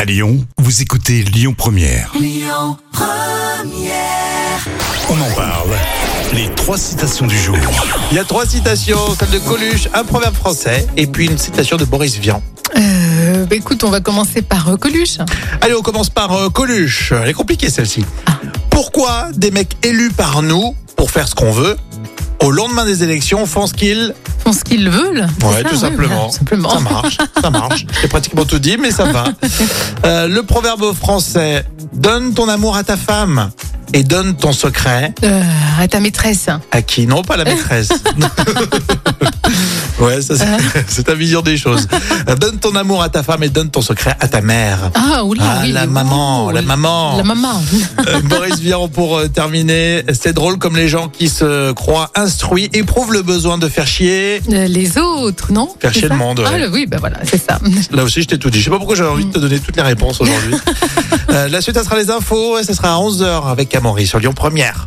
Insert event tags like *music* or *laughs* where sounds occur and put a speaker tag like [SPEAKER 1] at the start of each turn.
[SPEAKER 1] À Lyon, vous écoutez Lyon Première. On en parle. Les trois citations du jour.
[SPEAKER 2] Il y a trois citations, celle de Coluche, un proverbe français et puis une citation de Boris Vian.
[SPEAKER 3] Euh, bah écoute, on va commencer par euh, Coluche.
[SPEAKER 2] Allez, on commence par euh, Coluche. Elle est compliquée celle-ci. Pourquoi des mecs élus par nous pour faire ce qu'on veut au lendemain des élections font ce qu'ils
[SPEAKER 3] Ils font ce qu'ils veulent. c'est
[SPEAKER 2] Ouais,
[SPEAKER 3] ça,
[SPEAKER 2] tout
[SPEAKER 3] Ah, oui,
[SPEAKER 2] simplement.
[SPEAKER 3] voilà, tout simplement.
[SPEAKER 2] Ça marche,
[SPEAKER 3] *laughs*
[SPEAKER 2] ça marche. J'ai pratiquement tout dit, mais ça va. Euh, le proverbe français donne ton amour à ta femme et donne ton secret
[SPEAKER 3] Euh, à ta maîtresse.
[SPEAKER 2] à qui Non, pas
[SPEAKER 3] *laughs*
[SPEAKER 2] la maîtresse. ouais, ça c'est-
[SPEAKER 3] Euh.
[SPEAKER 2] *laughs* c'est ta vision des choses. Euh, donne ton amour à ta femme et donne ton secret à ta mère.
[SPEAKER 3] Ah, oula,
[SPEAKER 2] Ah,
[SPEAKER 3] oui.
[SPEAKER 2] la
[SPEAKER 3] oui,
[SPEAKER 2] maman,
[SPEAKER 3] ouh,
[SPEAKER 2] la maman.
[SPEAKER 3] La maman.
[SPEAKER 2] Euh, Boris Vian pour euh, terminer. C'est drôle comme les gens qui se croient instruits éprouvent le besoin de faire chier.
[SPEAKER 3] Euh, les autres, non
[SPEAKER 2] Faire
[SPEAKER 3] C'est
[SPEAKER 2] chier
[SPEAKER 3] ça
[SPEAKER 2] le monde, ouais.
[SPEAKER 3] Ah, le- oui, ben voilà, c'est ça.
[SPEAKER 2] Là aussi, je t'ai tout dit. Je sais pas pourquoi j'avais envie de te donner toutes les réponses
[SPEAKER 3] *laughs*
[SPEAKER 2] aujourd'hui. Euh, la suite, ça sera les infos et ça sera à 11h avec Amaury sur Lyon Première.